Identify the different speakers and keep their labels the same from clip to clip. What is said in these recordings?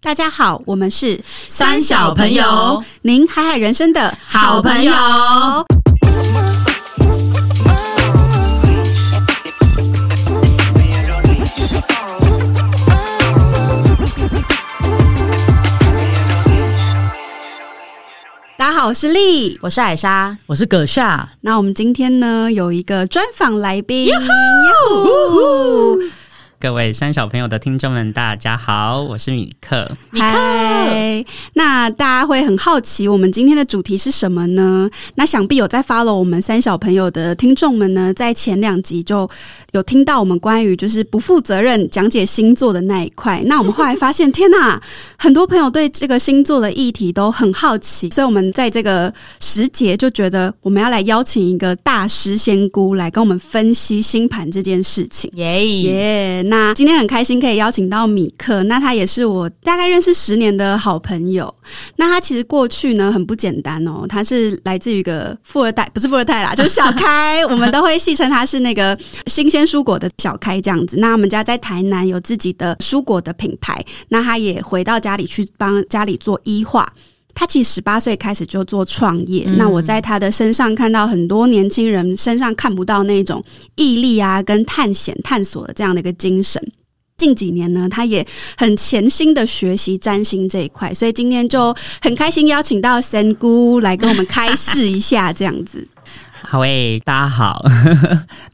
Speaker 1: 大家好，我们是
Speaker 2: 三小朋友，
Speaker 1: 您海海人生的
Speaker 2: 好朋友。
Speaker 1: 大家好，我是丽。
Speaker 2: 我是艾莎，我是葛夏。
Speaker 1: 那我们今天呢有一个专访来宾，哟呼
Speaker 3: 各位三小朋友的听众们，大家好，我是米克。
Speaker 1: 嗨，那大家会很好奇，我们今天的主题是什么呢？那想必有在 follow 我们三小朋友的听众们呢，在前两集就有听到我们关于就是不负责任讲解星座的那一块。那我们后来发现， 天呐，很多朋友对这个星座的议题都很好奇，所以我们在这个时节就觉得我们要来邀请一个大师仙姑来跟我们分析星盘这件事情。
Speaker 2: 耶
Speaker 1: 耶那今天很开心可以邀请到米克，那他也是我大概认识十年的好朋友。那他其实过去呢很不简单哦，他是来自于一个富二代，不是富二代啦，就是小开，我们都会戏称他是那个新鲜蔬果的小开这样子。那我们家在台南有自己的蔬果的品牌，那他也回到家里去帮家里做医化。他其实十八岁开始就做创业，
Speaker 2: 嗯
Speaker 1: 那我在他的身上看到很多年轻人身上看不到那种毅力啊，跟探险探索的这样的一个精神。近几年呢，他也很潜心的学习占星这一块，所以今天就很开心邀请到仙姑来跟我们开示一下，这样子。
Speaker 3: 好诶、大家好，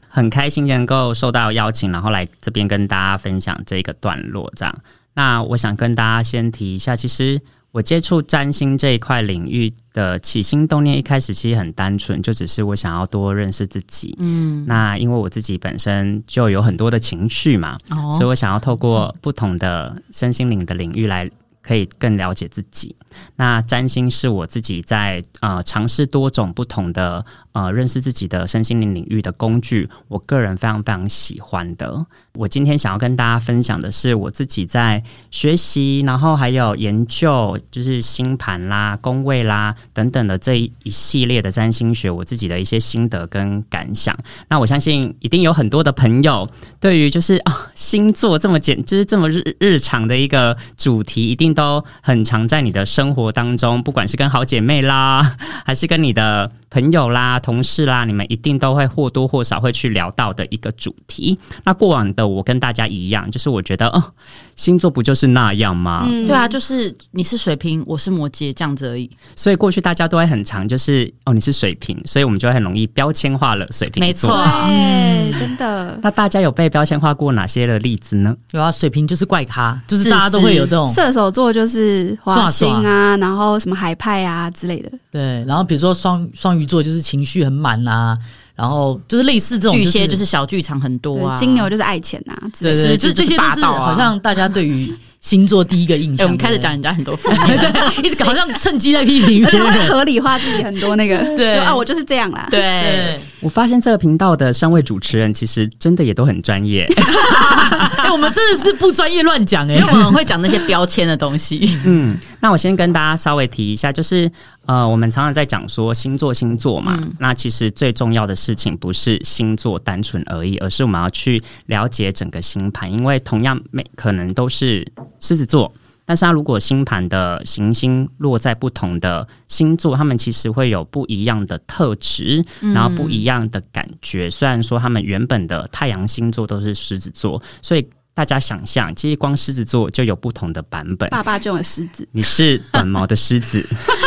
Speaker 3: 很开心能够受到邀请，然后来这边跟大家分享这个段落。这样，那我想跟大家先提一下，其实我接触占星这一块领域的起心动念，一开始其实很单纯，就只是我想要多认识自己。嗯，那因为我自己本身就有很多的情绪嘛，所以
Speaker 2: 哦，
Speaker 3: 我想要透过不同的身心灵的领域来。可以更了解自己。那占星是我自己在呃尝试多种不同的呃认识自己的身心灵领域的工具，我个人非常非常喜欢的。我今天想要跟大家分享的是我自己在学习，然后还有研究，就是星盘啦、宫位啦等等的这一一系列的占星学，我自己的一些心得跟感想。那我相信一定有很多的朋友对于就是啊、星座这么简，就是这么日日常的一个主题，一定都很常在你的生活当中，不管是跟好姐妹啦， 还是跟你的朋友啦、同事啦，你们一定都会或多或少会去聊到的一个主题。那过往的我跟大家一样，就是我觉得哦，星座不就是那样吗？
Speaker 2: 对啊，就是你是水瓶，我是摩羯，这样子而已。
Speaker 3: 所以过去大家都会很常就是哦，你是水瓶，所以我们就会很容易标签化了水瓶座。
Speaker 2: 没错
Speaker 1: 对，真的。
Speaker 3: 那大家有被标签化过哪些的例子呢？
Speaker 4: 有啊，水瓶就是怪咖，就是
Speaker 2: 自
Speaker 4: 大家都
Speaker 2: 私
Speaker 4: 会有这种
Speaker 1: 射手座就是华星
Speaker 4: 哦刷
Speaker 1: 啊，然后什么海派啊之类的，
Speaker 4: 对。然后比如说双双鱼座就是情绪很满啊，然后就是类似这种、
Speaker 2: 巨
Speaker 4: 就是、
Speaker 2: 蟹就是小剧场很
Speaker 1: 对
Speaker 2: 多啊，
Speaker 1: 金牛就是爱钱啊之类的。
Speaker 4: 对对
Speaker 2: 狮子
Speaker 4: 对，就是这
Speaker 2: 就是
Speaker 4: 些都
Speaker 2: 霸
Speaker 4: 是
Speaker 2: 道啊
Speaker 4: 好像大家对于星座第一个印
Speaker 2: 哎，
Speaker 4: 象。
Speaker 2: 我们开始讲人家很多负面的，
Speaker 4: 对， 一直好像趁机在批 评
Speaker 1: 而且
Speaker 4: 别
Speaker 1: 他会
Speaker 4: 人。
Speaker 1: 合理化自己很多那个，
Speaker 4: 对
Speaker 1: 就啊，我就是这样啦。
Speaker 2: 对，
Speaker 4: 对，
Speaker 3: 我发现这个频道的三位主持人其实真的也都很专业，
Speaker 4: 哎、我们真的是不专业乱讲哎、
Speaker 2: 因为我们会讲那些标签的东 西。
Speaker 3: 嗯，那我先跟大家稍微提一下，就是呃，我们常常在讲说星座星座嘛，那其实最重要的事情不是星座单纯而已，而是我们要去了解整个星盘，因为同样每可能都是狮子座。但是它如果星盘的行星落在不同的星座，他们其实会有不一样的特质，然后不一样的感觉。虽然说他们原本的太阳星座都是狮子座，所以大家想象，其实光狮子座就有不同的版本。
Speaker 1: 爸爸就有狮子，
Speaker 3: 你是短毛的狮子，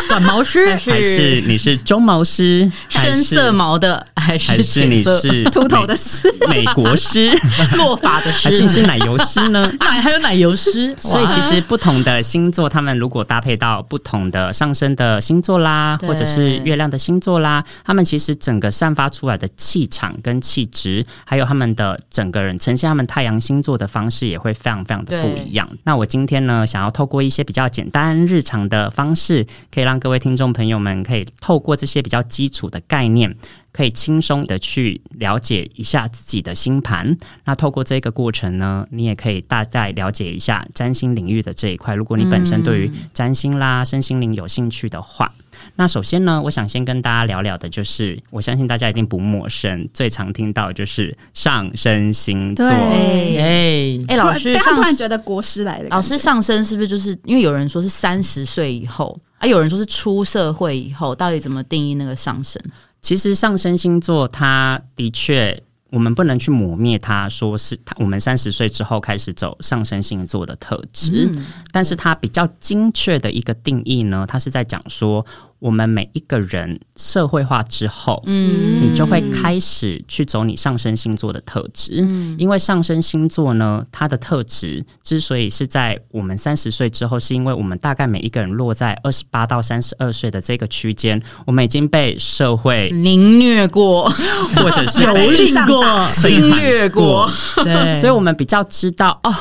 Speaker 4: 短毛狮
Speaker 2: 还
Speaker 3: 还是你是中毛狮，还
Speaker 2: 深
Speaker 3: 是
Speaker 2: 色毛的还
Speaker 3: 还
Speaker 2: 是
Speaker 3: 是你
Speaker 2: 浅色
Speaker 3: 是
Speaker 1: 秃头的狮，
Speaker 3: 美美国狮，
Speaker 2: 落发的
Speaker 3: 还是
Speaker 2: 狮
Speaker 3: 你
Speaker 2: 子？
Speaker 3: 是奶油狮呢？
Speaker 4: 奶还有奶油狮，
Speaker 3: 所以
Speaker 4: 哇
Speaker 3: 其实不同的星座，他们如果搭配到不同的上升的星座啦，
Speaker 2: 对
Speaker 3: 或者是月亮的星座啦，他们其实整个散发出来的气场跟气质，还有他们的整个人呈现他们太阳星座的方式，也会非常非常的不一样。那我今天呢，想要透过一些比较简单日常的方式，可以让各位听众朋友们可以透过这些比较基础的概念。可以轻松的去了解一下自己的星盘。那透过这个过程呢，你也可以大概了解一下占星领域的这一块。如果你本身对于占星啦、身心灵有兴趣的话，那首先呢，我想先跟大家聊聊的就是，我相信大家一定不陌生，最常听到就是上升星座。
Speaker 1: 对，
Speaker 4: 哎，
Speaker 2: 哎、
Speaker 1: 突
Speaker 2: 老
Speaker 1: 然
Speaker 2: 师
Speaker 1: 但他
Speaker 2: 上
Speaker 1: 突然觉得国师来了，
Speaker 2: 老师上升是不是就是因为有人说是三十岁以后啊，有人说是出社会以后，到底怎么定义那个上升？
Speaker 3: 其实上升星座，它的确。我们不能去磨灭它，说是它我们三十岁之后开始走上升星座的特质，
Speaker 2: 嗯
Speaker 3: 但是它比较精确的一个定义呢，它是在讲说，我们每一个人社会化之后，
Speaker 2: 嗯
Speaker 3: 你就会开始去走你上升星座的特质。
Speaker 2: 嗯
Speaker 3: 因为上升星座呢，它的特质之所以是在我们三十岁之后，是因为我们大概每一个人落在二十八到三十二岁的这个区间，我们已经被社会
Speaker 2: 凌虐过，
Speaker 3: 或者 是
Speaker 1: 蹂躏过，
Speaker 2: 侵略过，
Speaker 4: 对，
Speaker 3: 所以我们比较知道哦，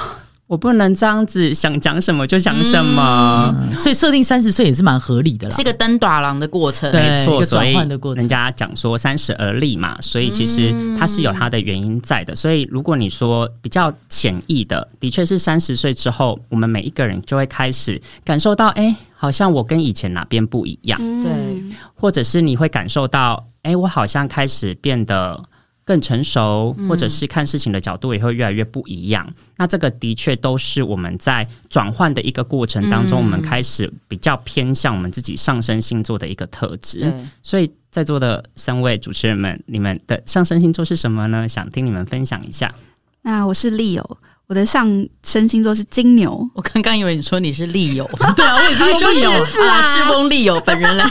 Speaker 3: 我不能这样子，想讲什么就讲什
Speaker 2: 嗯
Speaker 3: 么。
Speaker 4: 所以设定三十岁也是蛮合理的啦
Speaker 2: 是一。个登短廊的过程。
Speaker 4: 对
Speaker 3: 没
Speaker 4: 一
Speaker 3: 错，
Speaker 4: 个
Speaker 3: 所
Speaker 4: 转
Speaker 3: 以
Speaker 4: 换的过程嗯
Speaker 3: 人家讲说三十而立嘛，所以其实它是有它的原因在的。所以如果你说比较浅易的，的确是三十岁之后，我们每一个人就会开始感受到，哎、好像我跟以前哪边不一
Speaker 4: 嗯
Speaker 3: 样，
Speaker 1: 嗯
Speaker 2: 对，
Speaker 3: 或者是你会感受到，哎、我好像开始变得。更成熟，
Speaker 4: 嗯
Speaker 3: 或者是看事情的角度也会越来越不一样。那这个的确都是我们在转换的一个过程当中，
Speaker 4: 嗯
Speaker 3: 我们开始比较偏向我们自己上升星座的一个特质。
Speaker 2: 对
Speaker 3: 所以在座的三位主持人们，你们的上升星座是什么呢？想听你们分享一下。
Speaker 1: 那我是 Leo，我的上升星座是金牛。
Speaker 2: 我刚刚以为你说你是利 友，
Speaker 4: 对啊，我也是
Speaker 2: 是利友
Speaker 1: 狮子啊
Speaker 2: 啊，世风利友本 人来，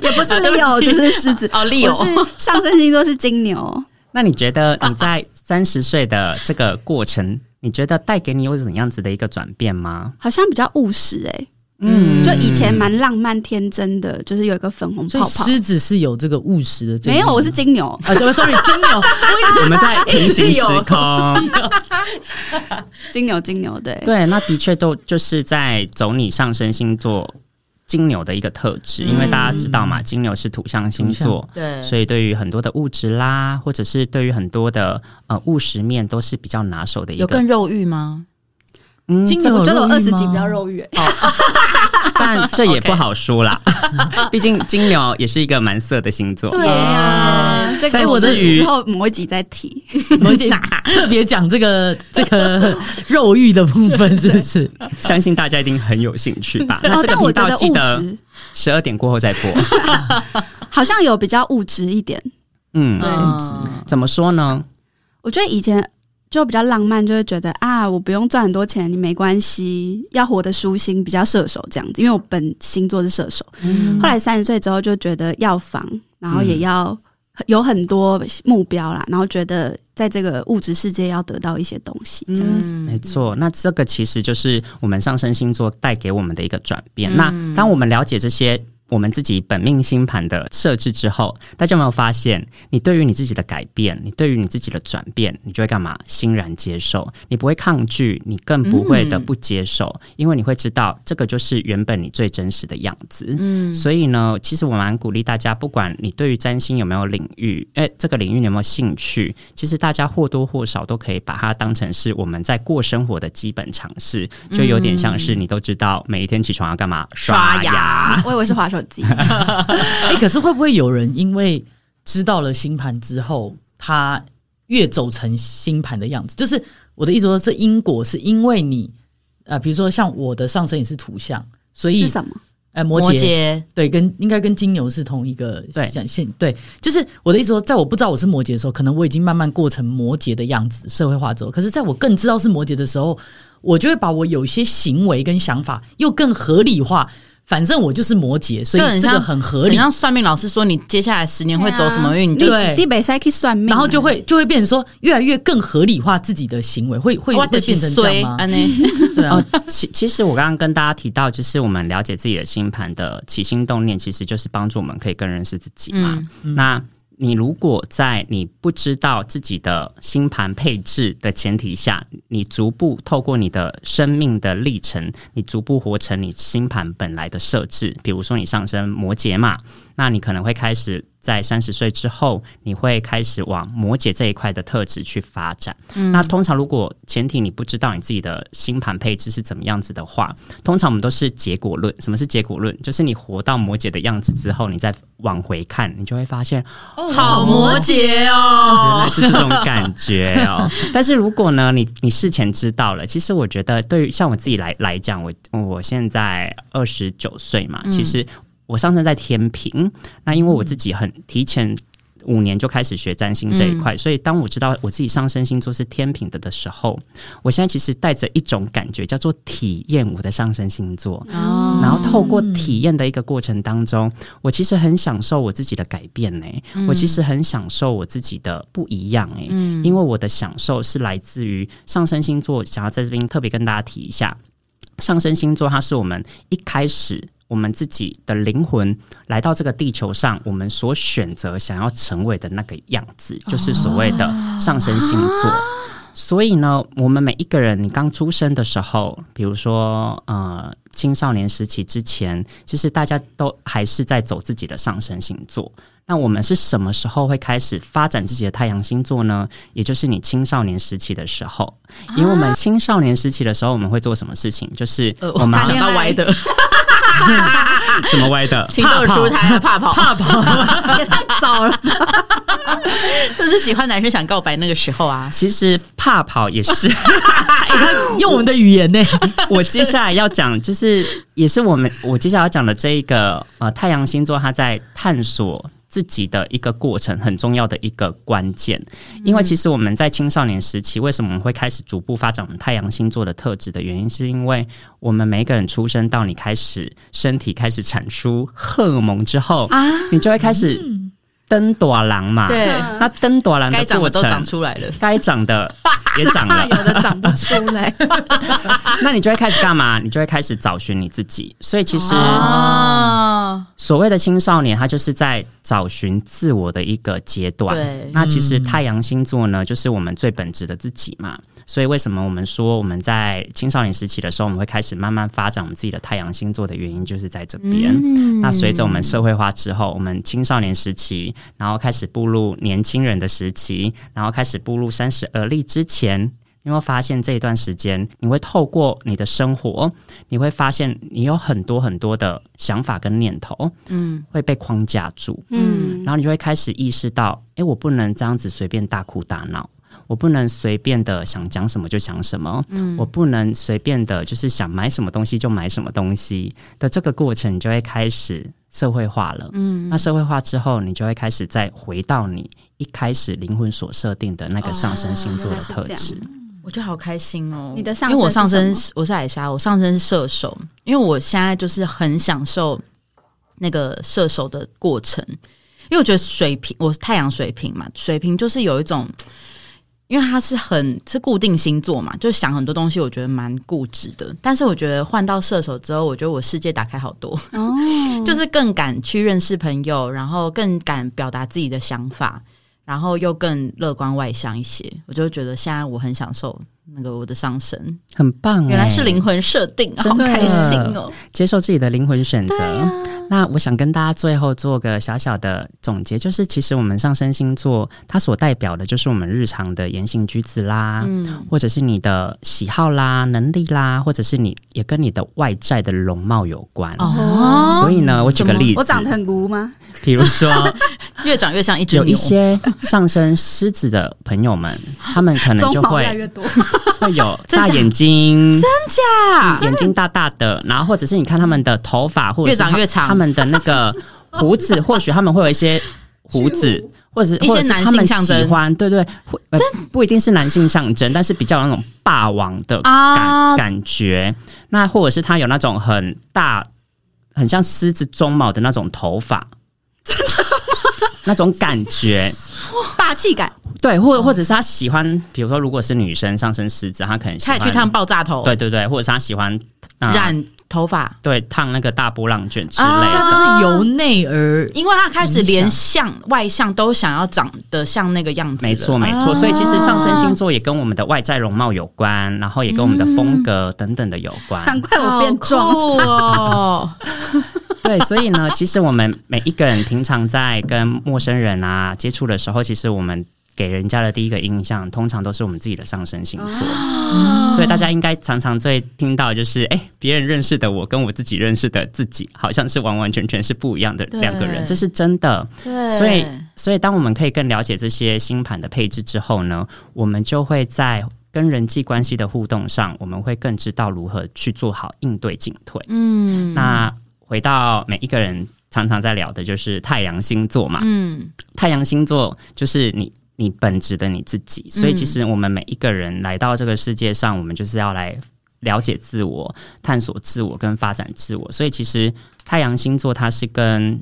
Speaker 2: 也不
Speaker 1: 不是 Leo 就是狮 子，
Speaker 2: 哦，利
Speaker 1: 我
Speaker 2: 友
Speaker 1: 是上升星座是金牛。
Speaker 3: 那你觉 得你在三十岁的这个过程，你觉得带给你有怎样子的一个转变 吗？
Speaker 1: 好像比较务实哎、
Speaker 2: 嗯
Speaker 1: 就以前蛮浪漫天真的，就是有一个粉红
Speaker 4: 所以
Speaker 1: 泡泡。
Speaker 4: 狮子是有这个务实的这一
Speaker 1: 没
Speaker 4: 面吗，
Speaker 1: 有，我是金牛。
Speaker 4: 啊，对，sorry，金牛，
Speaker 3: 我们在平行时 空，
Speaker 1: 金牛，金牛，对，
Speaker 3: 对，那的确都就是在走你上升星座金牛的一个特质，因为大家知道嘛，金牛是嗯土象星座，
Speaker 2: 对，
Speaker 3: 所以对于很多的物质啦，或者是对于很多的呃务实面，都是比较拿手的一
Speaker 2: 有
Speaker 3: 个
Speaker 2: 更肉欲吗？
Speaker 3: 嗯
Speaker 4: 金
Speaker 1: 这
Speaker 4: 牛
Speaker 1: 我
Speaker 4: 有
Speaker 1: 觉得我
Speaker 4: 肉欲
Speaker 1: 二十几
Speaker 4: 吗
Speaker 1: 比较，肉欲、欸，
Speaker 3: 但这也不好说啦， 毕竟金牛也是一个蛮色的星座。
Speaker 1: 对呀，啊这
Speaker 3: 但
Speaker 1: 个我
Speaker 3: 至
Speaker 1: 们
Speaker 3: 于
Speaker 1: 之后某一集再提。
Speaker 4: 我姐特别讲这个 这个肉欲的部分，是不是？
Speaker 3: 相信大家一定很有兴趣吧？那
Speaker 1: 哦
Speaker 3: 这，个
Speaker 1: 但我
Speaker 3: 频
Speaker 1: 觉
Speaker 3: 道
Speaker 1: 得
Speaker 3: 记
Speaker 1: 物
Speaker 3: 得
Speaker 1: 质
Speaker 3: 十二点过后再 播。
Speaker 1: 好像有比较物质一点。
Speaker 3: 嗯，
Speaker 1: 对
Speaker 2: 嗯
Speaker 3: 怎么说呢？
Speaker 1: 我觉得以前就比较浪漫，就会觉得啊，我不用赚很多钱，你没关系，要活得舒心，比较射手这样子。因为我本星座是射手，后来三十岁之后就觉得要房，然后也要有很多目标啦，然后觉得在这个物质世界要得到一些东西。这样
Speaker 2: 嗯
Speaker 3: 没错，那这个其实就是我们上升星座带给我们的一个转变。
Speaker 1: 嗯
Speaker 3: 那当我们了解这些我们自己本命星盘的设置之后，大家有没有发现，你对于你自己的改变，你对于你自己的转变，你就会干嘛？欣然接受，你不会抗拒，你更不会的不接受，因为你会知道这个就是原本你最真实的样子。嗯，所以呢，其实我蛮鼓励大家，不管你对于占星有没有领域，哎、这个领域你有没有兴趣，其实大家或多或少都可以把它当成是我们在过生活的基本常识，就有点像是你都知道每一天起床要干嘛，
Speaker 2: 嗯刷牙
Speaker 3: 牙
Speaker 1: 我以为是滑手机，
Speaker 4: 哎，可是会不会有人因为知道了星盘之后，他越走成星盘的样子？就是我的意思说，这因果是因为你，呃，比如说像我的上升也是土象，所以
Speaker 1: 是什么？
Speaker 4: 呃，摩
Speaker 2: 摩
Speaker 4: 羯
Speaker 2: 羯，
Speaker 4: 对，跟应该跟金牛是同一个
Speaker 3: 对
Speaker 4: 象限。对，就是我的意思说，在我不知道我是摩羯的时候，可能我已经慢慢过成摩羯的样子，社会化之后。可是，在我更知道是摩羯的时候，我就会把我有一些行为跟想法又更合理化。反正我就是摩羯，所
Speaker 2: 就很
Speaker 4: 以这个
Speaker 2: 像
Speaker 4: 很合
Speaker 2: 很
Speaker 4: 理。
Speaker 2: 像算命老师说你接下来十年会走什么运，
Speaker 1: 啊
Speaker 2: 啊你
Speaker 1: 你
Speaker 2: 就
Speaker 4: 对
Speaker 1: 你北塞去算命啊，
Speaker 4: 然后就会就会变成说，越来越更合理化自己的行为，会会
Speaker 2: 哇
Speaker 4: 会变成这样吗？
Speaker 2: 安内，
Speaker 4: 对啊
Speaker 3: 哦，，其其实我刚刚跟大家提到，就是我们了解自己的星盘的起心动念，其实就是帮助我们可以更认识自己嘛。
Speaker 4: 嗯
Speaker 3: 那你如果在你不知道自己的星盘配置的前提下，你逐步透过你的生命的历程，你逐步活成你星盘本来的设置。比如说你上升摩羯嘛，那你可能会开始在三十岁之后，你会开始往摩羯这一块的特质去发展。那通常如果前提你不知道你自己的星盘配置是怎么样子的话，通常我们都是结果论。什么是结果论？就是你活到摩羯的样子之后，你再往回看，你就会发现
Speaker 2: 好摩羯
Speaker 3: 原
Speaker 2: 哦
Speaker 3: 来，是这种感觉哦。但是如果呢，你你事前知道了，其实我觉得对于像我自己来来讲，我我现在二十九岁嘛，其实我上升在天平，那因为我自己很提前。五年就开始学占星这一块，所以当我知道我自己上升星座是天平的的时候，我现在其实带着一种感觉，叫做体验我的上升星座。
Speaker 2: 哦
Speaker 3: 然后透过体验的一个过程当中，我其实很享受我自己的改变呢、我其实很享受我自己的不一样哎、因为我的享受是来自于上升星座，想要在这边特别跟大家提一下，上升星座它是我们一开始。我们自己的灵魂来到这个地球上，我们所选择想要成为的那个样子，就是所谓的上升星座。所以呢，我们每一个人，你刚出生的时候，比如说呃青少年时期之前，其实大家都还是在走自己的上升星座。那我们是什么时候会开始发展自己的太阳星座呢？也就是你青少年时期的时候，因为我们青少年时期的时候，我们会做什么事情？就是
Speaker 2: 呃
Speaker 3: 我们
Speaker 1: 发
Speaker 2: 想
Speaker 1: 现
Speaker 2: 到歪的，
Speaker 3: 什么歪的？
Speaker 2: 情窦初开，怕跑，
Speaker 4: 怕 跑，
Speaker 1: 也太早了，
Speaker 2: 就是喜欢男生想告白那个时候啊。
Speaker 3: 其实怕跑也是。
Speaker 4: 用我们的语言呢、
Speaker 3: 我接下来要讲，就是也是我们我接下来要讲的这一个呃太阳星座，它在探索自己的一个过程，很重要的一个关键。
Speaker 2: 嗯
Speaker 3: 因为其实我们在青少年时期，为什么我们会开始逐步发展我们太阳星座的特质的原因，是因为我们每一个人出生到你开始身体开始产出荷尔蒙之后，你就会开始登朵郎嘛。
Speaker 2: 啊嗯对，
Speaker 3: 那登朵郎的
Speaker 2: 该长
Speaker 3: 过
Speaker 2: 的都
Speaker 3: 程
Speaker 2: 长出来了。
Speaker 3: 该长的也长了
Speaker 1: 怕，有的长不出来。
Speaker 3: 那你就会开始干嘛？你就会开始找寻你自己。所以其实
Speaker 2: 哦，
Speaker 3: 所谓的青少年，他就是在找寻自我的一个阶段
Speaker 2: 对。
Speaker 3: 那其实太阳星座呢，就是我们最本质的自己嘛。所以为什么我们说我们在青少年时期的时候，我们会开始慢慢发展我们自己的太阳星座的原因，就是在这边。那随着我们社会化之后，我们青少年时期，然后开始步入年轻人的时期，然后开始步入三十而立之前，你会发现这一段时间，你会透过你的生活，你会发现你有很多很多的想法跟念头，嗯，会被框架住，
Speaker 1: 嗯
Speaker 3: 然后你就会开始意识到，诶，我不能这样子随便大哭大闹。我不能随便的想讲什么就讲什么，我不能随便的就是想买什么东西就买什么东西的这个过程，你就会开始社会化了。嗯，那社会化之后，你就会开始再回到你一开始灵魂所设定的那个上升星座的特
Speaker 1: 原来是
Speaker 3: 质
Speaker 1: 这。
Speaker 2: 我觉得好开心哦！
Speaker 1: 你的上
Speaker 2: 因为我上
Speaker 1: 升是
Speaker 2: 身
Speaker 1: 什
Speaker 2: 我是矮莎，我上身是射手，因为我现在就是很享受那个射手的过程，因为我觉得水瓶，我是太阳水瓶嘛，水瓶就是有一种。因为它是很是固定星座嘛，就想很多东西，我觉得蛮固执的。但是我觉得换到射手之后，我觉得我世界打开好多。
Speaker 1: 哦，
Speaker 3: 嗯
Speaker 2: 就是更敢去认识朋友，然后更敢表达自己的想法，然后又更乐观外向一些。我就觉得现在我很享受那个我的上升，
Speaker 3: 很棒、欸，
Speaker 2: 原来是灵魂设定，好
Speaker 3: 真的
Speaker 2: 开心哦！
Speaker 3: 接受自己的灵魂选择。那我想跟大家最后做个小小的总结，就是其实我们上升星座它所代表的就是我们日常的言行举止啦，
Speaker 1: 嗯
Speaker 2: 嗯
Speaker 3: 或者是你的喜好啦、能力啦，或者是你也跟你的外在的容貌有关。
Speaker 2: 哦，
Speaker 3: 所以呢，我举个
Speaker 2: 怎么
Speaker 3: 例
Speaker 1: 我长得
Speaker 3: 子，
Speaker 1: 很毒吗？
Speaker 3: 比如说
Speaker 2: 越长越像一只
Speaker 3: 有一
Speaker 2: 牛。
Speaker 3: 些上升狮子的朋 友们，他们可能
Speaker 1: 鬃
Speaker 3: 就
Speaker 1: 毛越来
Speaker 3: 会
Speaker 1: 越多，
Speaker 3: 会有
Speaker 2: 真假
Speaker 3: 大眼睛，嗯
Speaker 2: 啊
Speaker 3: 眼睛大大的，然后或者是你看他们的头发，或者
Speaker 2: 越
Speaker 3: 是
Speaker 2: 长
Speaker 3: 他
Speaker 2: 越长
Speaker 3: 他们的那个胡 子，或许他们会有一些胡子。或者是
Speaker 2: 一些
Speaker 3: 或者是
Speaker 2: 男性
Speaker 3: 他们
Speaker 2: 象征
Speaker 3: 喜欢，对对，会呃不一定是男性象征，但是比较有那种霸王的感、
Speaker 2: 啊
Speaker 3: 感觉。那或者是他有那种很大，很像狮子鬃毛的那种头发，那种感觉。
Speaker 1: 霸气感。
Speaker 3: 对，或或者是他喜欢，比如说，如果是女生上身狮子，他可能喜
Speaker 2: 他
Speaker 3: 欢
Speaker 2: 也去烫爆炸头，
Speaker 3: 对对对，或者是他喜欢、呃、
Speaker 2: 染头发，
Speaker 3: 对，烫那个大波浪卷之类
Speaker 2: 啊
Speaker 3: 的。
Speaker 4: 它这是由内而
Speaker 2: 因为他开始连向外向都想要长得像那个样子了，
Speaker 3: 没错，没
Speaker 2: 啊
Speaker 3: 错。所以其实上升星座也跟我们的外在容貌有关，然后也跟我们的风格
Speaker 2: 嗯
Speaker 3: 等等的有关。
Speaker 1: 难怪我变
Speaker 2: 好
Speaker 1: 壮。
Speaker 2: 酷哦！
Speaker 3: 对，所以呢，其实我们每一个人平常在跟陌生人啊接触的时候，其实我们给人家的第一个印象，通常都是我们自己的上升星座。所以大家应该常常最听到的就是，哎、别人认识的我跟我自己认识的自己，好像是完完全全是不一样的
Speaker 2: 对
Speaker 3: 两个人，这是真的。
Speaker 2: 对
Speaker 3: 所以，所以当我们可以更了解这些星盘的配置之后呢，我们就会在跟人际关系的互动上，我们会更知道如何去做好应对进退。
Speaker 2: 嗯
Speaker 3: 那回到每一个人常常在聊的就是太阳星座嘛，
Speaker 2: 嗯，
Speaker 3: 太阳星座就是你你本质的你自己，所以
Speaker 2: 嗯
Speaker 3: 其实我们每一个人来到这个世界上，我们就是要来了解自我、探索自我跟发展自我，所以其实太阳星座它是跟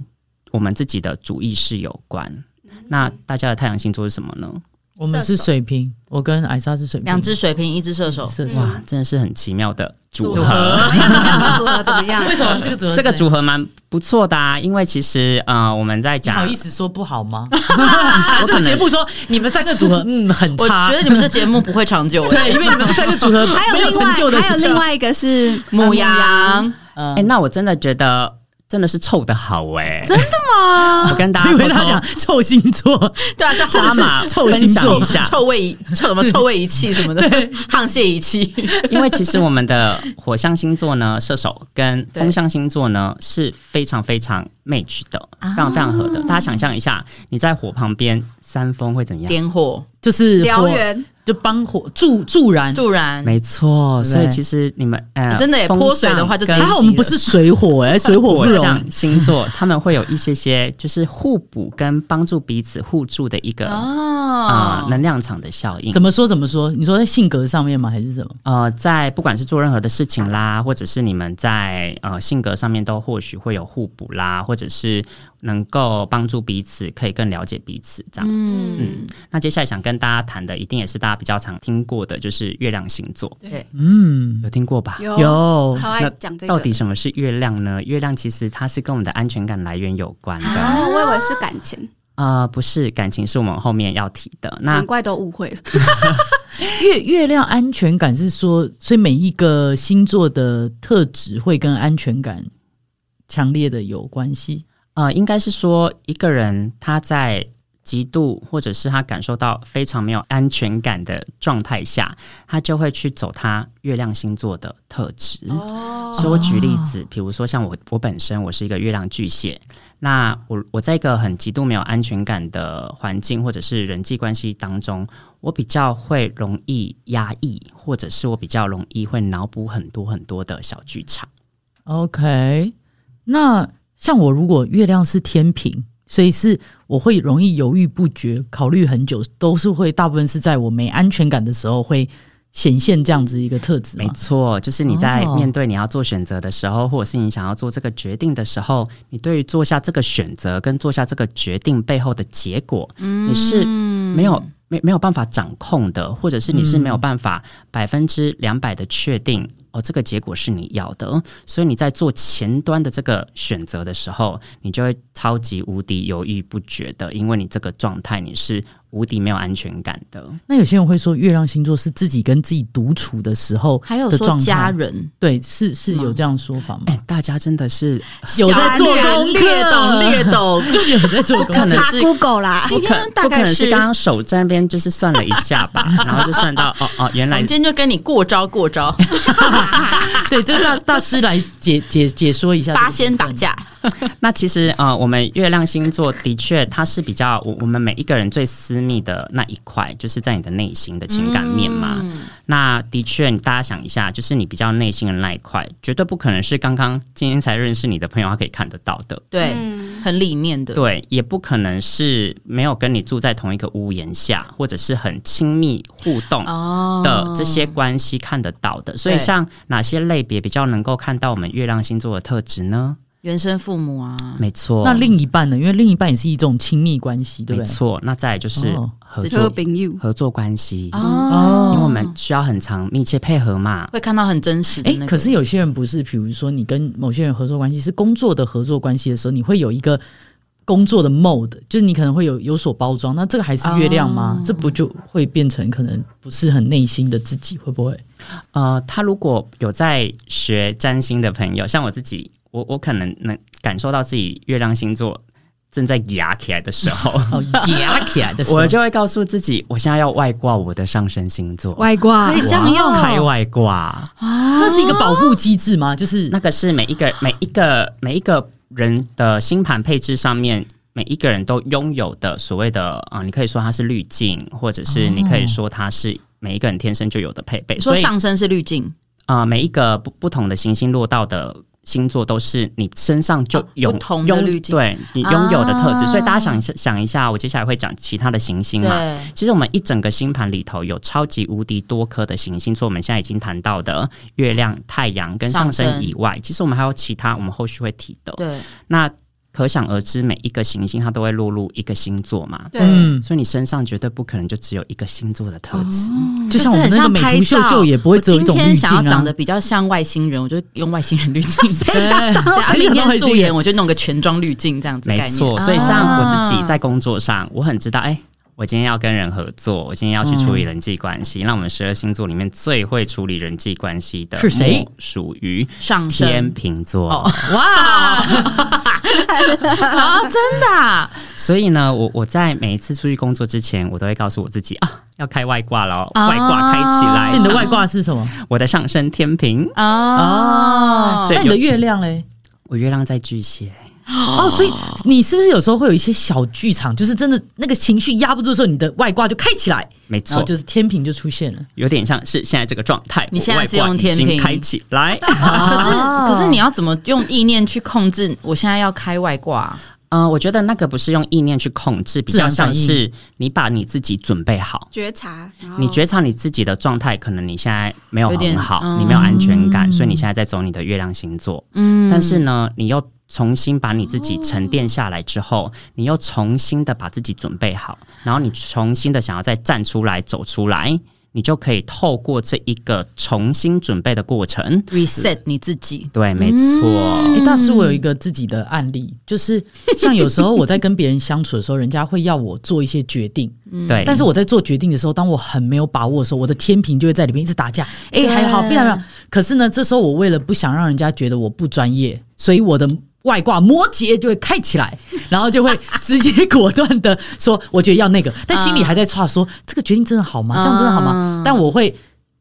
Speaker 3: 我们自己的主意识有关。
Speaker 4: 嗯
Speaker 3: 那大家的太阳星座是什么呢？
Speaker 4: 我们是水瓶，我跟艾莎是水瓶，
Speaker 2: 两只水瓶，一只射手，
Speaker 4: 射手。
Speaker 3: 哇，真的是很奇妙的组
Speaker 4: 组
Speaker 3: 合。
Speaker 4: 合
Speaker 1: 哎怎么样组合怎么样？
Speaker 4: 为什么这个组合
Speaker 3: 这个
Speaker 4: 合
Speaker 3: 组合蛮不错的啊，因为其实呃，我们在
Speaker 4: 你
Speaker 3: 讲，
Speaker 4: 好意思说不好 吗？
Speaker 3: 我
Speaker 4: 这
Speaker 3: 可
Speaker 4: 个节
Speaker 3: 能
Speaker 4: 目说你们三个组 合，嗯，很
Speaker 2: 我
Speaker 4: 差
Speaker 2: 觉。得你们这节目不会长 久欸的。
Speaker 4: 对，因为你们这三个组 合
Speaker 1: 还
Speaker 4: 没
Speaker 1: 有
Speaker 4: 有
Speaker 1: 另
Speaker 4: 成就的，
Speaker 1: 外还有另外一个是呃
Speaker 2: 母羊，
Speaker 4: 呃，
Speaker 3: 哎、那我真的觉得真的是凑的好哎、真的
Speaker 2: 吗？
Speaker 3: 我跟 大家
Speaker 4: 因
Speaker 3: 偷
Speaker 4: 为他讲
Speaker 3: 偷
Speaker 4: 臭星 座，
Speaker 2: 对啊，叫
Speaker 3: 加码
Speaker 4: 臭
Speaker 3: 分
Speaker 4: 星
Speaker 3: 享
Speaker 4: 座
Speaker 3: 一下，
Speaker 2: 臭味臭什么臭味仪器什么的，沆瀣一气。
Speaker 3: 因为其实我们的火象星座呢，射手跟风象星座呢是非常非常 match 的，
Speaker 2: 啊
Speaker 3: 非常非常合的。大家想象一下，你在火旁边三风会怎么样？
Speaker 2: 点火
Speaker 4: 就是
Speaker 1: 燎
Speaker 4: 火，
Speaker 1: 原，
Speaker 4: 就帮火助助燃。哦
Speaker 2: 助燃，
Speaker 3: 没错，
Speaker 4: 对
Speaker 3: 所以其实你们呃，
Speaker 2: 真的耶
Speaker 3: 风象
Speaker 2: 泼水的话就直接
Speaker 3: 跟
Speaker 4: 还好我们不是水火， 哎，水火不
Speaker 3: 火
Speaker 4: 容。
Speaker 3: 象星座， 他们会有一些些就是互补跟帮助彼此互助的一个啊、
Speaker 2: 哦
Speaker 3: 呃、能量场的效应
Speaker 4: 怎。么说怎么说？你说在性格上面吗？还是什么？
Speaker 3: 呃，在不管是做任何的事情啦，或者是你们在呃性格上面都或许会有互补啦，或者是能够帮助彼此，可以更了解彼此这样。
Speaker 2: 嗯，
Speaker 3: 那接下来想跟大家谈的，一定也是大家比较常听过的，就是月亮星座，
Speaker 2: 对，
Speaker 4: 嗯，
Speaker 3: 有听过吧？
Speaker 1: 有
Speaker 4: 有
Speaker 1: 超爱讲这个。
Speaker 3: 到底什么是月亮呢？月亮其实它是跟我们的安全感来源有关的，
Speaker 1: 哦，我以为是感情，
Speaker 3: 呃，不是感情是我们后面要提的。那
Speaker 1: 难怪都误会了。
Speaker 4: 月月亮安全感是说，所以每一个星座的特质会跟安全感强烈的有关系。
Speaker 3: 呃，应该是说一个人他在极度或者是他感受到非常没有安全感的状态下，他就会去走他月亮星座的特质。
Speaker 1: 哦
Speaker 3: 所以我举例子，比如说像我，我本身我是一个月亮巨蟹，那我我在一个很极度没有安全感的环境或者是人际关系当中，我比较会容易压抑，或者是我比较容易会脑补很多很多的小剧场。
Speaker 4: OK，那像我如果月亮是天平，所以是我会容易犹豫不决，考虑很久，都是会大部分是在我没安全感的时候会显现这样子一个特质
Speaker 3: 没
Speaker 4: 嘛。
Speaker 3: 错，就是你在
Speaker 4: 哦
Speaker 3: 面对你要做选择的时候，或者是你想要做这个决定的时候，你对于做下这个选择跟做下这个决定背后的结果，你是没有没没有办法掌控的，或者是你是没有办法百分之两百的确定。哦，这个结果是你要的，所以你在做前端的这个选择的时候，你就会超级无敌犹豫不决的，因为你这个状态你是无敌没有安全感的。
Speaker 4: 那有些人会说，月亮星座是自己跟自己独处的时候
Speaker 2: 还有
Speaker 4: 的
Speaker 2: 说
Speaker 4: 状
Speaker 2: 家
Speaker 4: 态，
Speaker 2: 人
Speaker 4: 对，是是有这样说法 吗？
Speaker 3: 哎，大家真的是
Speaker 4: 有在做功课
Speaker 2: 略懂略 懂。
Speaker 4: 有在做功
Speaker 3: 可能
Speaker 1: 查
Speaker 3: 是
Speaker 1: Google 啦，
Speaker 2: 今天大
Speaker 3: 不可
Speaker 2: 概
Speaker 3: 能是
Speaker 2: 是，
Speaker 3: 刚刚手在那边就是算了一下 吧，然后就算到哦哦，原
Speaker 2: 我
Speaker 3: 来
Speaker 2: 们今天就嗯跟你过招过招，
Speaker 4: 对，就是让大师来解解解说一下这个
Speaker 2: 八仙打
Speaker 4: 部分。
Speaker 2: 架，
Speaker 3: 那其实呃，我们月亮星座的确它是比较我我们每一个人最私密的那一块，就是在你的内心的情感面嘛。
Speaker 2: 嗯
Speaker 3: 那的确，你大家想一下，就是你比较内心的那一块，绝对不可能是刚刚今天才认识你的朋友他可以看得到的。
Speaker 2: 对，
Speaker 1: 嗯
Speaker 2: 很里面的，
Speaker 3: 对，也不可能是没有跟你住在同一个屋檐下，或者是很亲密互动
Speaker 2: 哦
Speaker 3: 的这些关系看得到的。所以，
Speaker 2: 对
Speaker 3: 像哪些类别比较能够看到我们月亮星座的特质呢？
Speaker 2: 原生父母啊，
Speaker 3: 没错。
Speaker 4: 嗯那另一半呢？因为另一半也是一种亲密关系，对
Speaker 3: 没
Speaker 4: 不对？
Speaker 3: 错，那再来就是
Speaker 4: 哦
Speaker 3: 合
Speaker 1: 这个
Speaker 3: 作
Speaker 1: 朋友，
Speaker 3: 合作关系，
Speaker 2: 哦，
Speaker 3: 因为我们需要很长密切配合嘛。
Speaker 2: 会看到很真实的
Speaker 4: 哎、
Speaker 2: 那个。
Speaker 4: 可是有些人不是，比如说你跟某些人合作关系是工作的合作关系的时候，你会有一个工作的 mode，就是你可能会有有所包装。那这个还是月亮吗？
Speaker 2: 哦
Speaker 4: 这不就会变成可能不是很内心的自己，会不会？
Speaker 3: 呃，他如果有在学占星的朋友，像我自己，我我可能能感受到自己月亮星座正在压起来的时候，
Speaker 4: 哦，压起来的时候，
Speaker 3: 我就会告诉自己，我现在要外挂我的上升星座，
Speaker 1: 外挂
Speaker 2: 可以这样用
Speaker 3: 开外挂。
Speaker 4: 那是一个保护机制吗？就是
Speaker 3: 那个是每一个每一个每一个人的星盘配置上面，每一个人都拥有的所谓的啊、呃你可以说它是滤镜，或者是你可以说它是每一个人天生就有的配备。
Speaker 2: 你
Speaker 3: 所
Speaker 2: 说
Speaker 3: 以
Speaker 2: 上身是滤镜，
Speaker 3: 啊、呃每一个不不同的行星落到的。星座都是你身上就
Speaker 2: 哦
Speaker 3: 有、
Speaker 2: 不同的
Speaker 3: 拥
Speaker 2: 滤镜
Speaker 3: 对你拥有的特质，
Speaker 2: 啊
Speaker 3: 所以大家想想一下，我接下来会讲其他的行星
Speaker 2: 对
Speaker 3: 嘛？其实我们一整个星盘里头有超级无敌多颗的行星，除了我们现在已经谈到的月亮、太阳跟上
Speaker 2: 上
Speaker 3: 升
Speaker 2: 升
Speaker 3: 以外，其实我们还有其他，我们后续会提的。
Speaker 2: 对
Speaker 3: 那可想而知，每一个行星它都会落入一个星座嘛，
Speaker 1: 对，
Speaker 4: 嗯，
Speaker 3: 所以你身上绝对不可能就只有一个星座的特质。
Speaker 2: 哦
Speaker 4: 就像我们
Speaker 2: 很
Speaker 4: 那个
Speaker 2: 像
Speaker 4: 美
Speaker 2: 拍
Speaker 4: 图秀
Speaker 2: 照
Speaker 4: 秀也不会只有一种
Speaker 2: 我今天
Speaker 4: 滤镜
Speaker 2: 想要
Speaker 4: 啊
Speaker 2: 长得。比较像外星人，我就用外星人滤镜。
Speaker 4: 对，
Speaker 2: 啊，
Speaker 4: 谁
Speaker 2: 明
Speaker 4: 想到
Speaker 2: 天
Speaker 4: 会
Speaker 2: 素
Speaker 4: 这
Speaker 2: 颜
Speaker 4: 样？
Speaker 2: 我就弄个全妆滤镜这样子的概
Speaker 3: 没
Speaker 2: 念。啊
Speaker 3: 错，所以像我自己在工作上，我很知道，哎、我今天要跟人合作，我今天要去处理人际关
Speaker 2: 嗯
Speaker 3: 系。那我们十二星座里面最会处理人际关系的
Speaker 4: 是谁？
Speaker 3: 属于
Speaker 2: 上
Speaker 3: 天
Speaker 2: 身
Speaker 3: 秤座。
Speaker 2: 哦
Speaker 4: 哇，
Speaker 2: 啊，真的啊
Speaker 3: 所以呢，我我在每一次出去工作之前，我都会告诉我自己啊，要开外挂了哦，
Speaker 2: 啊
Speaker 3: 外挂开起来。
Speaker 4: 所以你的
Speaker 3: 上
Speaker 4: 外挂是什么？
Speaker 3: 我的上升天平，
Speaker 2: 哦
Speaker 3: 所以
Speaker 4: 那你
Speaker 3: 有
Speaker 4: 的月亮嘞？
Speaker 3: 我月亮在巨蟹，
Speaker 4: 哦，所以你是不是有时候会有一些小剧场，就是真的那个情绪压不住的时候，你的外挂就开起来，
Speaker 3: 没
Speaker 4: 然
Speaker 3: 错
Speaker 4: 后，哦就是天平就出现了。
Speaker 3: 有点像是现在这个状态。
Speaker 2: 你
Speaker 3: 我
Speaker 2: 现在
Speaker 3: 外
Speaker 2: 是
Speaker 3: 挂
Speaker 2: 用
Speaker 3: 已
Speaker 2: 天
Speaker 3: 经
Speaker 2: 平
Speaker 3: 开起 来。
Speaker 2: 可是
Speaker 4: 啊
Speaker 2: 可是你要怎么用意念去控制？我现在要开外挂啊，
Speaker 3: 嗯、我觉得那个不是用意念去控制，比
Speaker 4: 自
Speaker 3: 较
Speaker 4: 然
Speaker 3: 像
Speaker 4: 反
Speaker 3: 是你把你自己准备好。
Speaker 1: 觉察，然后
Speaker 3: 你
Speaker 4: 嗯
Speaker 3: 觉察你自己的状态，可能你现在没有
Speaker 2: 有
Speaker 3: 很
Speaker 2: 点
Speaker 3: 好，
Speaker 2: 嗯
Speaker 3: 你没有安全感，所以你现在在走你的月亮星座。
Speaker 2: 嗯
Speaker 3: 但是呢，你又重新把你自己沉淀下来之后，你又重新的把自己准备好，然后你重新的想要再站出来、走出来，你就可以透过这一个重新准备的过程，
Speaker 2: reset 你自己，
Speaker 3: 对，没错，
Speaker 4: 哎、大师，我有一个自己的案例，就是像有时候我在跟别人相处的时候，人家会要我做一些决定，
Speaker 3: 对。
Speaker 4: 嗯但是我在做决定的时候，当我很没有把握的时候，我的天平就会在里面一直打架。哎、
Speaker 2: 对
Speaker 4: 还好，不然不然。可是呢，这时候我为了不想让人家觉得我不专业，所以我的外挂摩羯就会开 起来，然后就会直接果断的说，我觉得要 那个，但心里还在歘说，这个决定真的好吗？这样真的好
Speaker 3: 嗯
Speaker 4: 吗？但我会。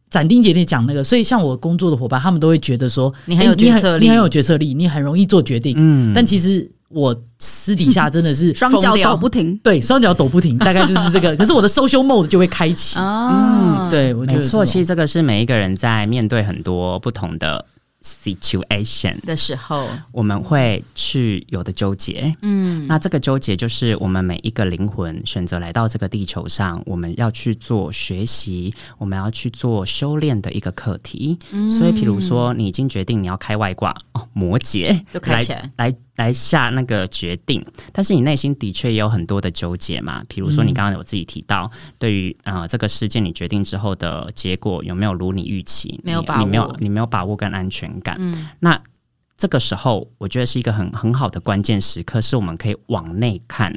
Speaker 4: 斩钉截铁讲那个，所以像我工作的伙伴，他们都会觉得说
Speaker 2: 你很有
Speaker 4: 诶
Speaker 2: 决策力
Speaker 4: 哎你很有决策力，你很容易做决定。
Speaker 3: 嗯
Speaker 4: 但其实我私底下真的是
Speaker 1: 双脚抖不停，
Speaker 4: 对，双脚抖不停，大概就是这 个。可是我的 social mode 就会开启。
Speaker 2: 哦，
Speaker 4: 对，我觉
Speaker 3: 没
Speaker 4: 得
Speaker 3: 错，其
Speaker 4: 其
Speaker 3: 实这个是每一个人在面对很多不同的 situation，
Speaker 2: 的时候，
Speaker 3: 我们会去有的纠结。
Speaker 2: 嗯，
Speaker 3: 那这个纠结就是我们每一个灵魂选择来到这个地球上，我们要去做学习，我们要去做修炼的一个课题。
Speaker 2: 嗯
Speaker 3: 所以，譬如说，你已经决定你要开外挂哦，摩羯
Speaker 2: 就开起来
Speaker 3: 来来来下那个决定，但是你内心的确也有很多的纠结嘛。比如说，
Speaker 2: 嗯
Speaker 3: 你刚刚有自己提到，对于啊、呃这个事件你决定之后的结果有没有如你预期，
Speaker 2: 没有
Speaker 3: 你
Speaker 2: 把
Speaker 3: 你没有
Speaker 2: 握嗯
Speaker 3: 你没有把握跟安全感。那这个时候，我觉得是一个很很好的关键时刻，是我们可以往内看，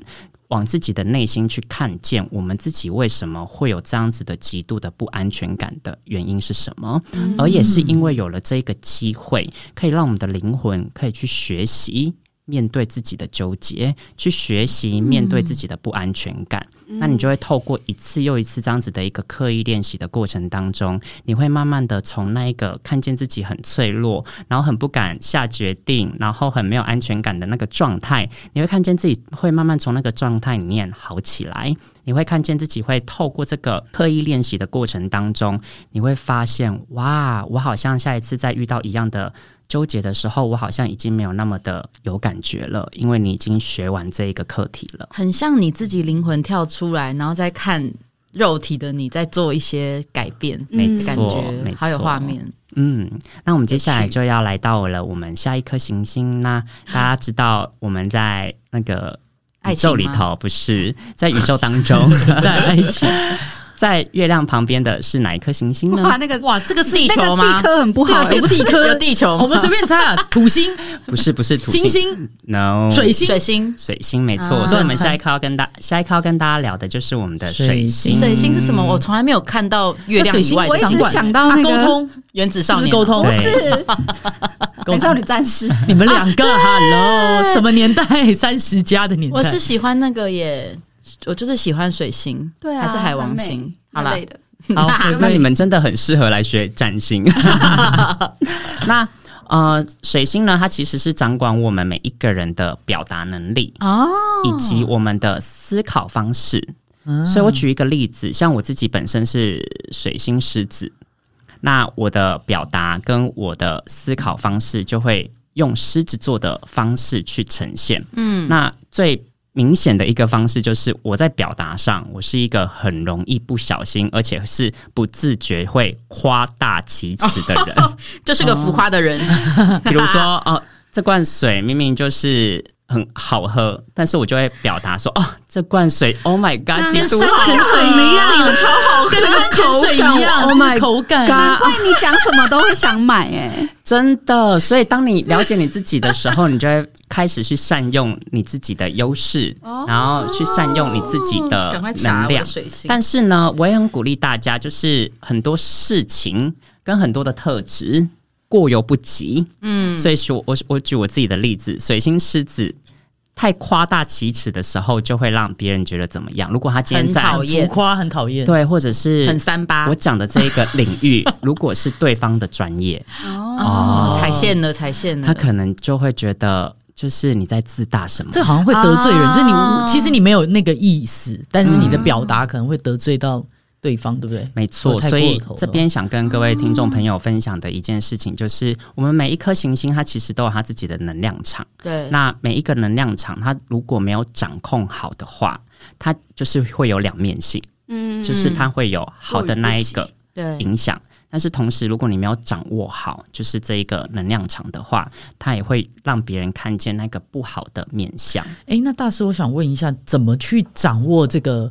Speaker 3: 往自己的内心去看见，我们自己为什么会有这样子的极度的不安全感的原因是什么？
Speaker 2: 嗯
Speaker 3: 而也是因为有了这个机会，可以让我们的灵魂可以去学习。面对自己的纠结，去学习面对自己的不安全感，那你就会透过一次又一次这样子的一个刻意练习的过程当中，你会慢慢的从那一个看见自己很脆弱，然后很不敢下决定，然后很没有安全感的那个状态，你会看见自己会慢慢从那个状态里面好起来。你会看见自己会透过这个刻意练习的过程当中，你会发现，哇，我好像下一次再遇到一样的纠结的时候，我好像已经没有那么的有感觉了，因为你已经学完这一个课题了。
Speaker 2: 很像你自己灵魂跳出来，然后再看肉体的你在做一些改变，
Speaker 1: 嗯
Speaker 3: 没
Speaker 2: 感
Speaker 3: 错，
Speaker 2: 觉
Speaker 3: 没错，
Speaker 2: 好有画。面。
Speaker 3: 嗯，那我们接下来就要来到了我们下一颗行星。那大家知道我们在那个宇宙里
Speaker 2: 爱情
Speaker 3: 头，不 是在宇宙当中，
Speaker 4: 在爱情。
Speaker 3: 在月亮旁边的是哪一颗行星呢？
Speaker 1: 哇，那个
Speaker 4: 哇，啊这个是
Speaker 2: 地
Speaker 1: 那
Speaker 2: 球
Speaker 1: 个地
Speaker 2: 吗？
Speaker 1: 科很不好、
Speaker 4: 对啊这
Speaker 1: 欸
Speaker 4: 个，地哦科
Speaker 2: 有地球吗，
Speaker 4: 我们随 便猜，土星、
Speaker 3: 不是，不是土
Speaker 4: 金
Speaker 3: 星
Speaker 4: 星、
Speaker 3: ，no，
Speaker 4: 水星
Speaker 2: 水星。
Speaker 3: 水星没错。
Speaker 2: 啊
Speaker 3: 所以我
Speaker 4: 乱
Speaker 3: 们
Speaker 4: 猜
Speaker 3: 下一颗要跟大下一颗要跟大家聊的就是我们的水
Speaker 4: 水
Speaker 3: 星。
Speaker 2: 水星是什么？我从来没有看到月亮以外
Speaker 1: 我
Speaker 2: 的
Speaker 1: 一直
Speaker 2: 掌管
Speaker 1: 想到那
Speaker 4: 沟
Speaker 1: 个
Speaker 4: 通，
Speaker 2: 原子
Speaker 4: 是
Speaker 2: 少
Speaker 4: 不是
Speaker 2: 年啊
Speaker 4: 沟通
Speaker 1: 不？
Speaker 3: 对
Speaker 1: 是
Speaker 4: 沟
Speaker 1: 美
Speaker 4: 通
Speaker 1: 少女战士，
Speaker 4: 你们两个，Hello，什么年代？ 三十加的年代，
Speaker 2: 啊我是喜欢那个耶，我就是喜欢水星，
Speaker 1: 对啊，
Speaker 2: 还是海王
Speaker 1: 很美
Speaker 2: 星。好啦
Speaker 1: 之，类的
Speaker 3: 好， 嗯那
Speaker 1: 对
Speaker 3: 你们真的很适合来学占星。 那呃，水星呢，它其实是掌管我们每一个人的表达能力
Speaker 2: 哦，
Speaker 3: 以及我们的思考方式。
Speaker 4: 嗯
Speaker 3: 所以我举一个例子，像我自己本身是水星狮子，那我的表达跟我的思考方式就会用狮子座的方式去呈现。嗯，那最明显的一个方式就是我在表达上，我是一个很容易不小心，而且是不自觉会夸大其词的人。
Speaker 2: 就是个浮夸的人，
Speaker 3: 比如 说，哦，这罐水明明就是。很好喝，但是我就会表达说，哦，这罐水，Oh my God，
Speaker 4: 跟
Speaker 3: 几度
Speaker 4: 山泉水一样，超好，跟山泉水一样
Speaker 3: 口感 ，Oh my
Speaker 4: 口感。
Speaker 1: 难怪你讲什么都会想买哎、
Speaker 3: 真的，所以当你了解你自己的时候，你就会开始去善用你自己的优势，然后去善用你自己的
Speaker 2: 哦赶快查
Speaker 3: 能
Speaker 2: 我的
Speaker 3: 量。
Speaker 2: 水星。
Speaker 3: 但是呢，我也很鼓励大家，就是很多事情跟很多的特质过犹不及。嗯，所以说我我举我自己的例子，水星狮子。太夸大其词的时候，就会让别人觉得怎么样？如果他今天
Speaker 2: 很
Speaker 3: 在
Speaker 2: 讨
Speaker 4: 浮
Speaker 2: 厌，
Speaker 4: 夸很讨厌，
Speaker 3: 对，或者是
Speaker 2: 很三八
Speaker 3: 我讲的这一个领 域，如果是对方的专业，
Speaker 2: 哦，踩线了，踩线了。
Speaker 3: 他可能就会觉得，就是你在自大什么？
Speaker 4: 这好像会得罪人。
Speaker 2: 啊
Speaker 4: 就是你无其实你没有那个意思，但是你的表达可能会得罪到对方，对不对？
Speaker 3: 嗯没
Speaker 4: 我
Speaker 3: 错，
Speaker 4: 太
Speaker 3: 所
Speaker 4: 过
Speaker 3: 以
Speaker 4: 头了
Speaker 3: 这边想跟各位听众朋友分享的一件事情，就是我们每一颗行星，它其实都有它自己的能量场。
Speaker 2: 对，
Speaker 3: 那每一个能量场，它如果没有掌控好的话，它就是会有两面性，
Speaker 1: 嗯，
Speaker 3: 就是它会有好的那一个
Speaker 2: 对，
Speaker 3: 影响，但是同时，如果你没有掌握好，就是这一个能量场的话，它也会让别人看见那个不好的面相。
Speaker 4: 哎，那大师，我想问一下，怎么去掌握这个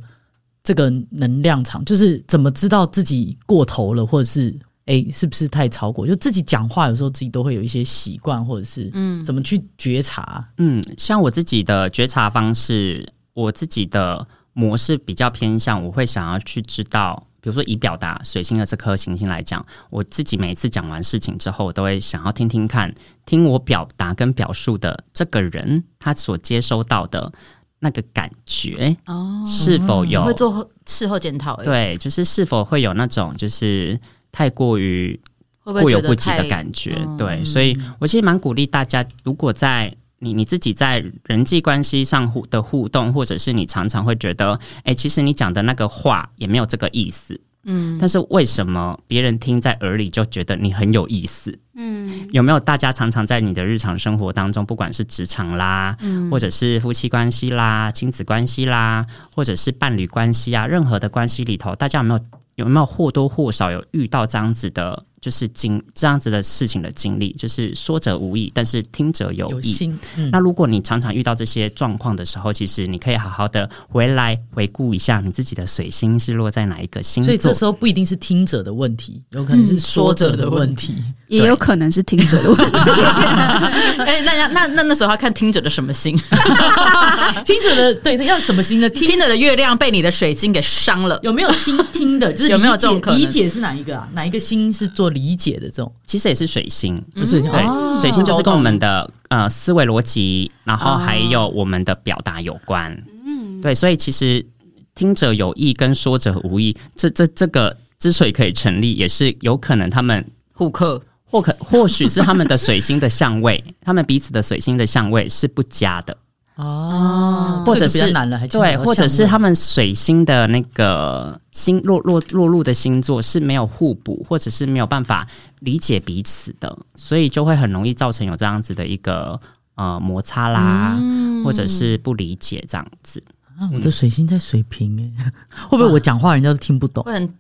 Speaker 4: 这个能量场？就是怎么知道自己过头了，或者是哎，是不是太超过？就自己讲话有时候自己都会有一些习惯，或者是嗯，怎么去觉察？
Speaker 3: 嗯，像我自己的觉察方式，我自己的模式比较偏向，我会想要去知道，比如说以表达水星的这颗行星来讲，我自己每一次讲完事情之后，我都会想要听听看，听我表达跟表述的这个人他所接收到的那个感觉
Speaker 2: 哦，
Speaker 3: 是否有、
Speaker 2: 会做事后检讨，哎，
Speaker 3: 嗯对，就是是否会有那种就是太过于
Speaker 2: 会不
Speaker 3: 过
Speaker 2: 会
Speaker 3: 犹
Speaker 2: 觉
Speaker 3: 不
Speaker 2: 得
Speaker 3: 及
Speaker 2: 太嗯
Speaker 3: 的感觉。对，所以我其实蛮鼓励大家，如果在你你自己在人际关系上互的互动，或者是你常常会觉得，哎、其实你讲的那个话也没有这个意思。嗯，但是为什么别人听在耳里就觉得你很有意思？
Speaker 1: 嗯，
Speaker 3: 有没有大家常常在你的日常生活当中，不管是职场啦，
Speaker 4: 嗯
Speaker 3: 或者是夫妻关系啦、亲子关系啦，或者是伴侣关系啊，任何的关系里头，大家有没有有没有或多或少有遇到这样子的，就是经这样子的事情的经历？就是说者无意，但是听者有
Speaker 4: 有
Speaker 3: 意。
Speaker 4: 心，嗯，
Speaker 3: 那如果你常常遇到这些状况的时候，其实你可以好好的回来回顾一下你自己的水星是落在哪一个星
Speaker 4: 所以
Speaker 3: 座
Speaker 4: 这。时候不一定是听者的问题，有可能是
Speaker 2: 嗯
Speaker 4: 说者
Speaker 2: 说者
Speaker 4: 的
Speaker 2: 的
Speaker 4: 问
Speaker 2: 问
Speaker 4: 题。
Speaker 1: 也有可能是听者的问题。
Speaker 2: 哎，那要那那那时候要看听者的什么星，
Speaker 4: 听者的对，要什么新的听
Speaker 2: 听者的月亮被你的水晶给伤了，
Speaker 4: 有没有听听的？就是
Speaker 2: 有没有
Speaker 4: 理解
Speaker 2: 这种可能
Speaker 4: 理解是哪一个啊？哪一个心是做理解的这种？
Speaker 3: 其实也是水星，
Speaker 2: 嗯
Speaker 4: 不是
Speaker 3: 对，
Speaker 4: 哦
Speaker 3: 水星就是跟我们的呃思维逻辑，然后还有我们的表达有关。嗯，对，所以其实听者有意跟说者无意，这这这个之所以可以成立，也是有可能他们
Speaker 2: 虎克
Speaker 3: 或可或许是他们的水星的相位，他们彼此的水星的相位是不佳的，
Speaker 4: 哦
Speaker 3: 或者
Speaker 4: 这个就比
Speaker 3: 是
Speaker 4: 较难了，还牵扯到
Speaker 3: 对，或者是
Speaker 4: 相
Speaker 3: 他
Speaker 4: 位
Speaker 3: 们水星的那个星落落落入的星座是没有互补，或者是没有办法理解彼此的，所以就会很容易造成有
Speaker 4: 嗯
Speaker 3: 这样子的一个呃摩擦啦，或者是不理解这样子。
Speaker 4: 啊，我的水星在水瓶哎、 会不会我讲话人家都听不懂？
Speaker 2: 会很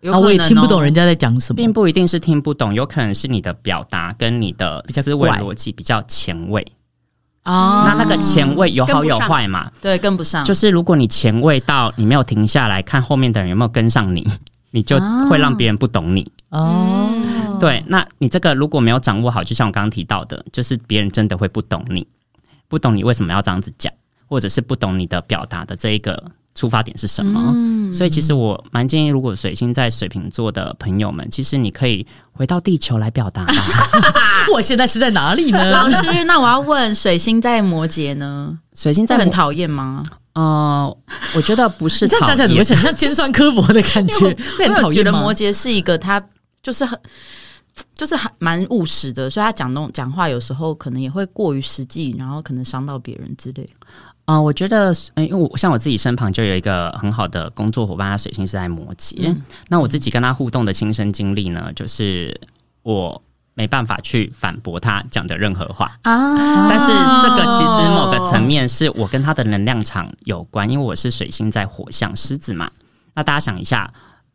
Speaker 2: 有
Speaker 4: 然后
Speaker 2: 可能、哦
Speaker 4: 啊我也听不懂人。家在讲什
Speaker 3: 并
Speaker 4: 么。
Speaker 3: 不一定是听不懂，有可能是你的表达跟你的
Speaker 4: 较
Speaker 3: 思维
Speaker 4: 怪
Speaker 3: 逻辑比较前卫。
Speaker 2: 哦，
Speaker 3: 那那个前卫有好有坏嘛？
Speaker 2: 对跟不
Speaker 4: 嗯
Speaker 2: 上，
Speaker 3: 就是如果你前卫到你没有停下来看后面的人有没有跟上你，你就
Speaker 4: 啊
Speaker 3: 会让别人不懂你。
Speaker 4: 哦，
Speaker 2: 哦，
Speaker 3: 对，那你这个如果没有掌握好，就像我刚刚提到的，就是别人真的会不懂你，不懂你为什么要这样子讲，或者是不懂你的表达的这一个出发点是什么。
Speaker 2: 嗯
Speaker 3: 所以其实我蛮建议，如果水星在水瓶座的朋友们，其实你可以回到地球来表达吧。
Speaker 4: 我现在是在哪里 呢？
Speaker 2: 老师，那我要问，水星在摩羯呢，
Speaker 3: 水星
Speaker 2: 会
Speaker 3: 在
Speaker 2: 很
Speaker 3: 我
Speaker 2: 讨厌吗？
Speaker 3: 呃，我觉得不是
Speaker 4: 你这样
Speaker 3: 讨
Speaker 4: 讲起来怎么
Speaker 3: 厌，
Speaker 4: 想像尖酸刻薄的感
Speaker 2: 因为
Speaker 4: 觉？那很
Speaker 2: 我
Speaker 4: 讨
Speaker 2: 觉
Speaker 4: 厌
Speaker 2: 得
Speaker 4: 吗
Speaker 2: 摩羯是一个他就是很。就是还蛮务实的，所以他讲那种讲话有时候可能也会过于实际，然后可能伤到别人之类。
Speaker 3: 呃，我觉得，呃因为我像我自己身旁就有一个很好的工作伙伴，他水星是在摩羯。
Speaker 1: 嗯
Speaker 3: 那我自己跟他互动的亲身经历呢，就是我没办法去反驳他讲的任何话，
Speaker 2: 啊
Speaker 3: 但是这个其实某
Speaker 4: 哦
Speaker 3: 个
Speaker 1: 哦
Speaker 3: 层面是我跟他的能量场有关，因为我是水星在火象狮子嘛。那大家想一下，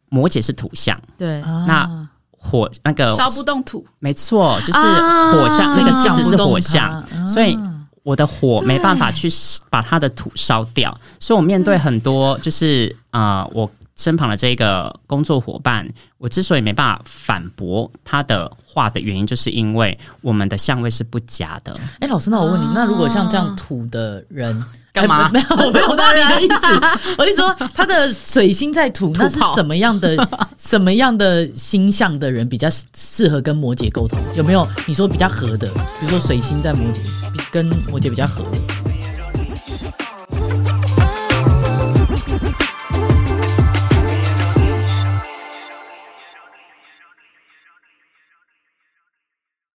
Speaker 3: 摩羯是土象，
Speaker 2: 对，
Speaker 4: 哦啊
Speaker 3: 那火那个
Speaker 1: 啊烧不动土，
Speaker 3: 没错，就是
Speaker 2: 啊
Speaker 3: 火象、那个
Speaker 2: 所以
Speaker 3: 狮
Speaker 2: 讲
Speaker 3: 子是火象，，
Speaker 4: 啊
Speaker 3: 所以我的火没办法去把它的土烧掉，所以我面对很多就是啊、呃我身旁的这个工作伙伴，我之所以没办法反驳他的话的原因，就是因为我们的相位是不夹的。
Speaker 4: 哎，老师，那我问你，那如果像这样土的 人
Speaker 2: 干嘛
Speaker 4: 哎没有，我没 有到你的意思。我跟你说，他的水星在 土，那是
Speaker 2: 炮
Speaker 4: 什么样的、 什么样的星象的人比较适合跟摩羯沟通？有没有你说比较合的？比如说水星在摩羯，比跟摩羯比较合，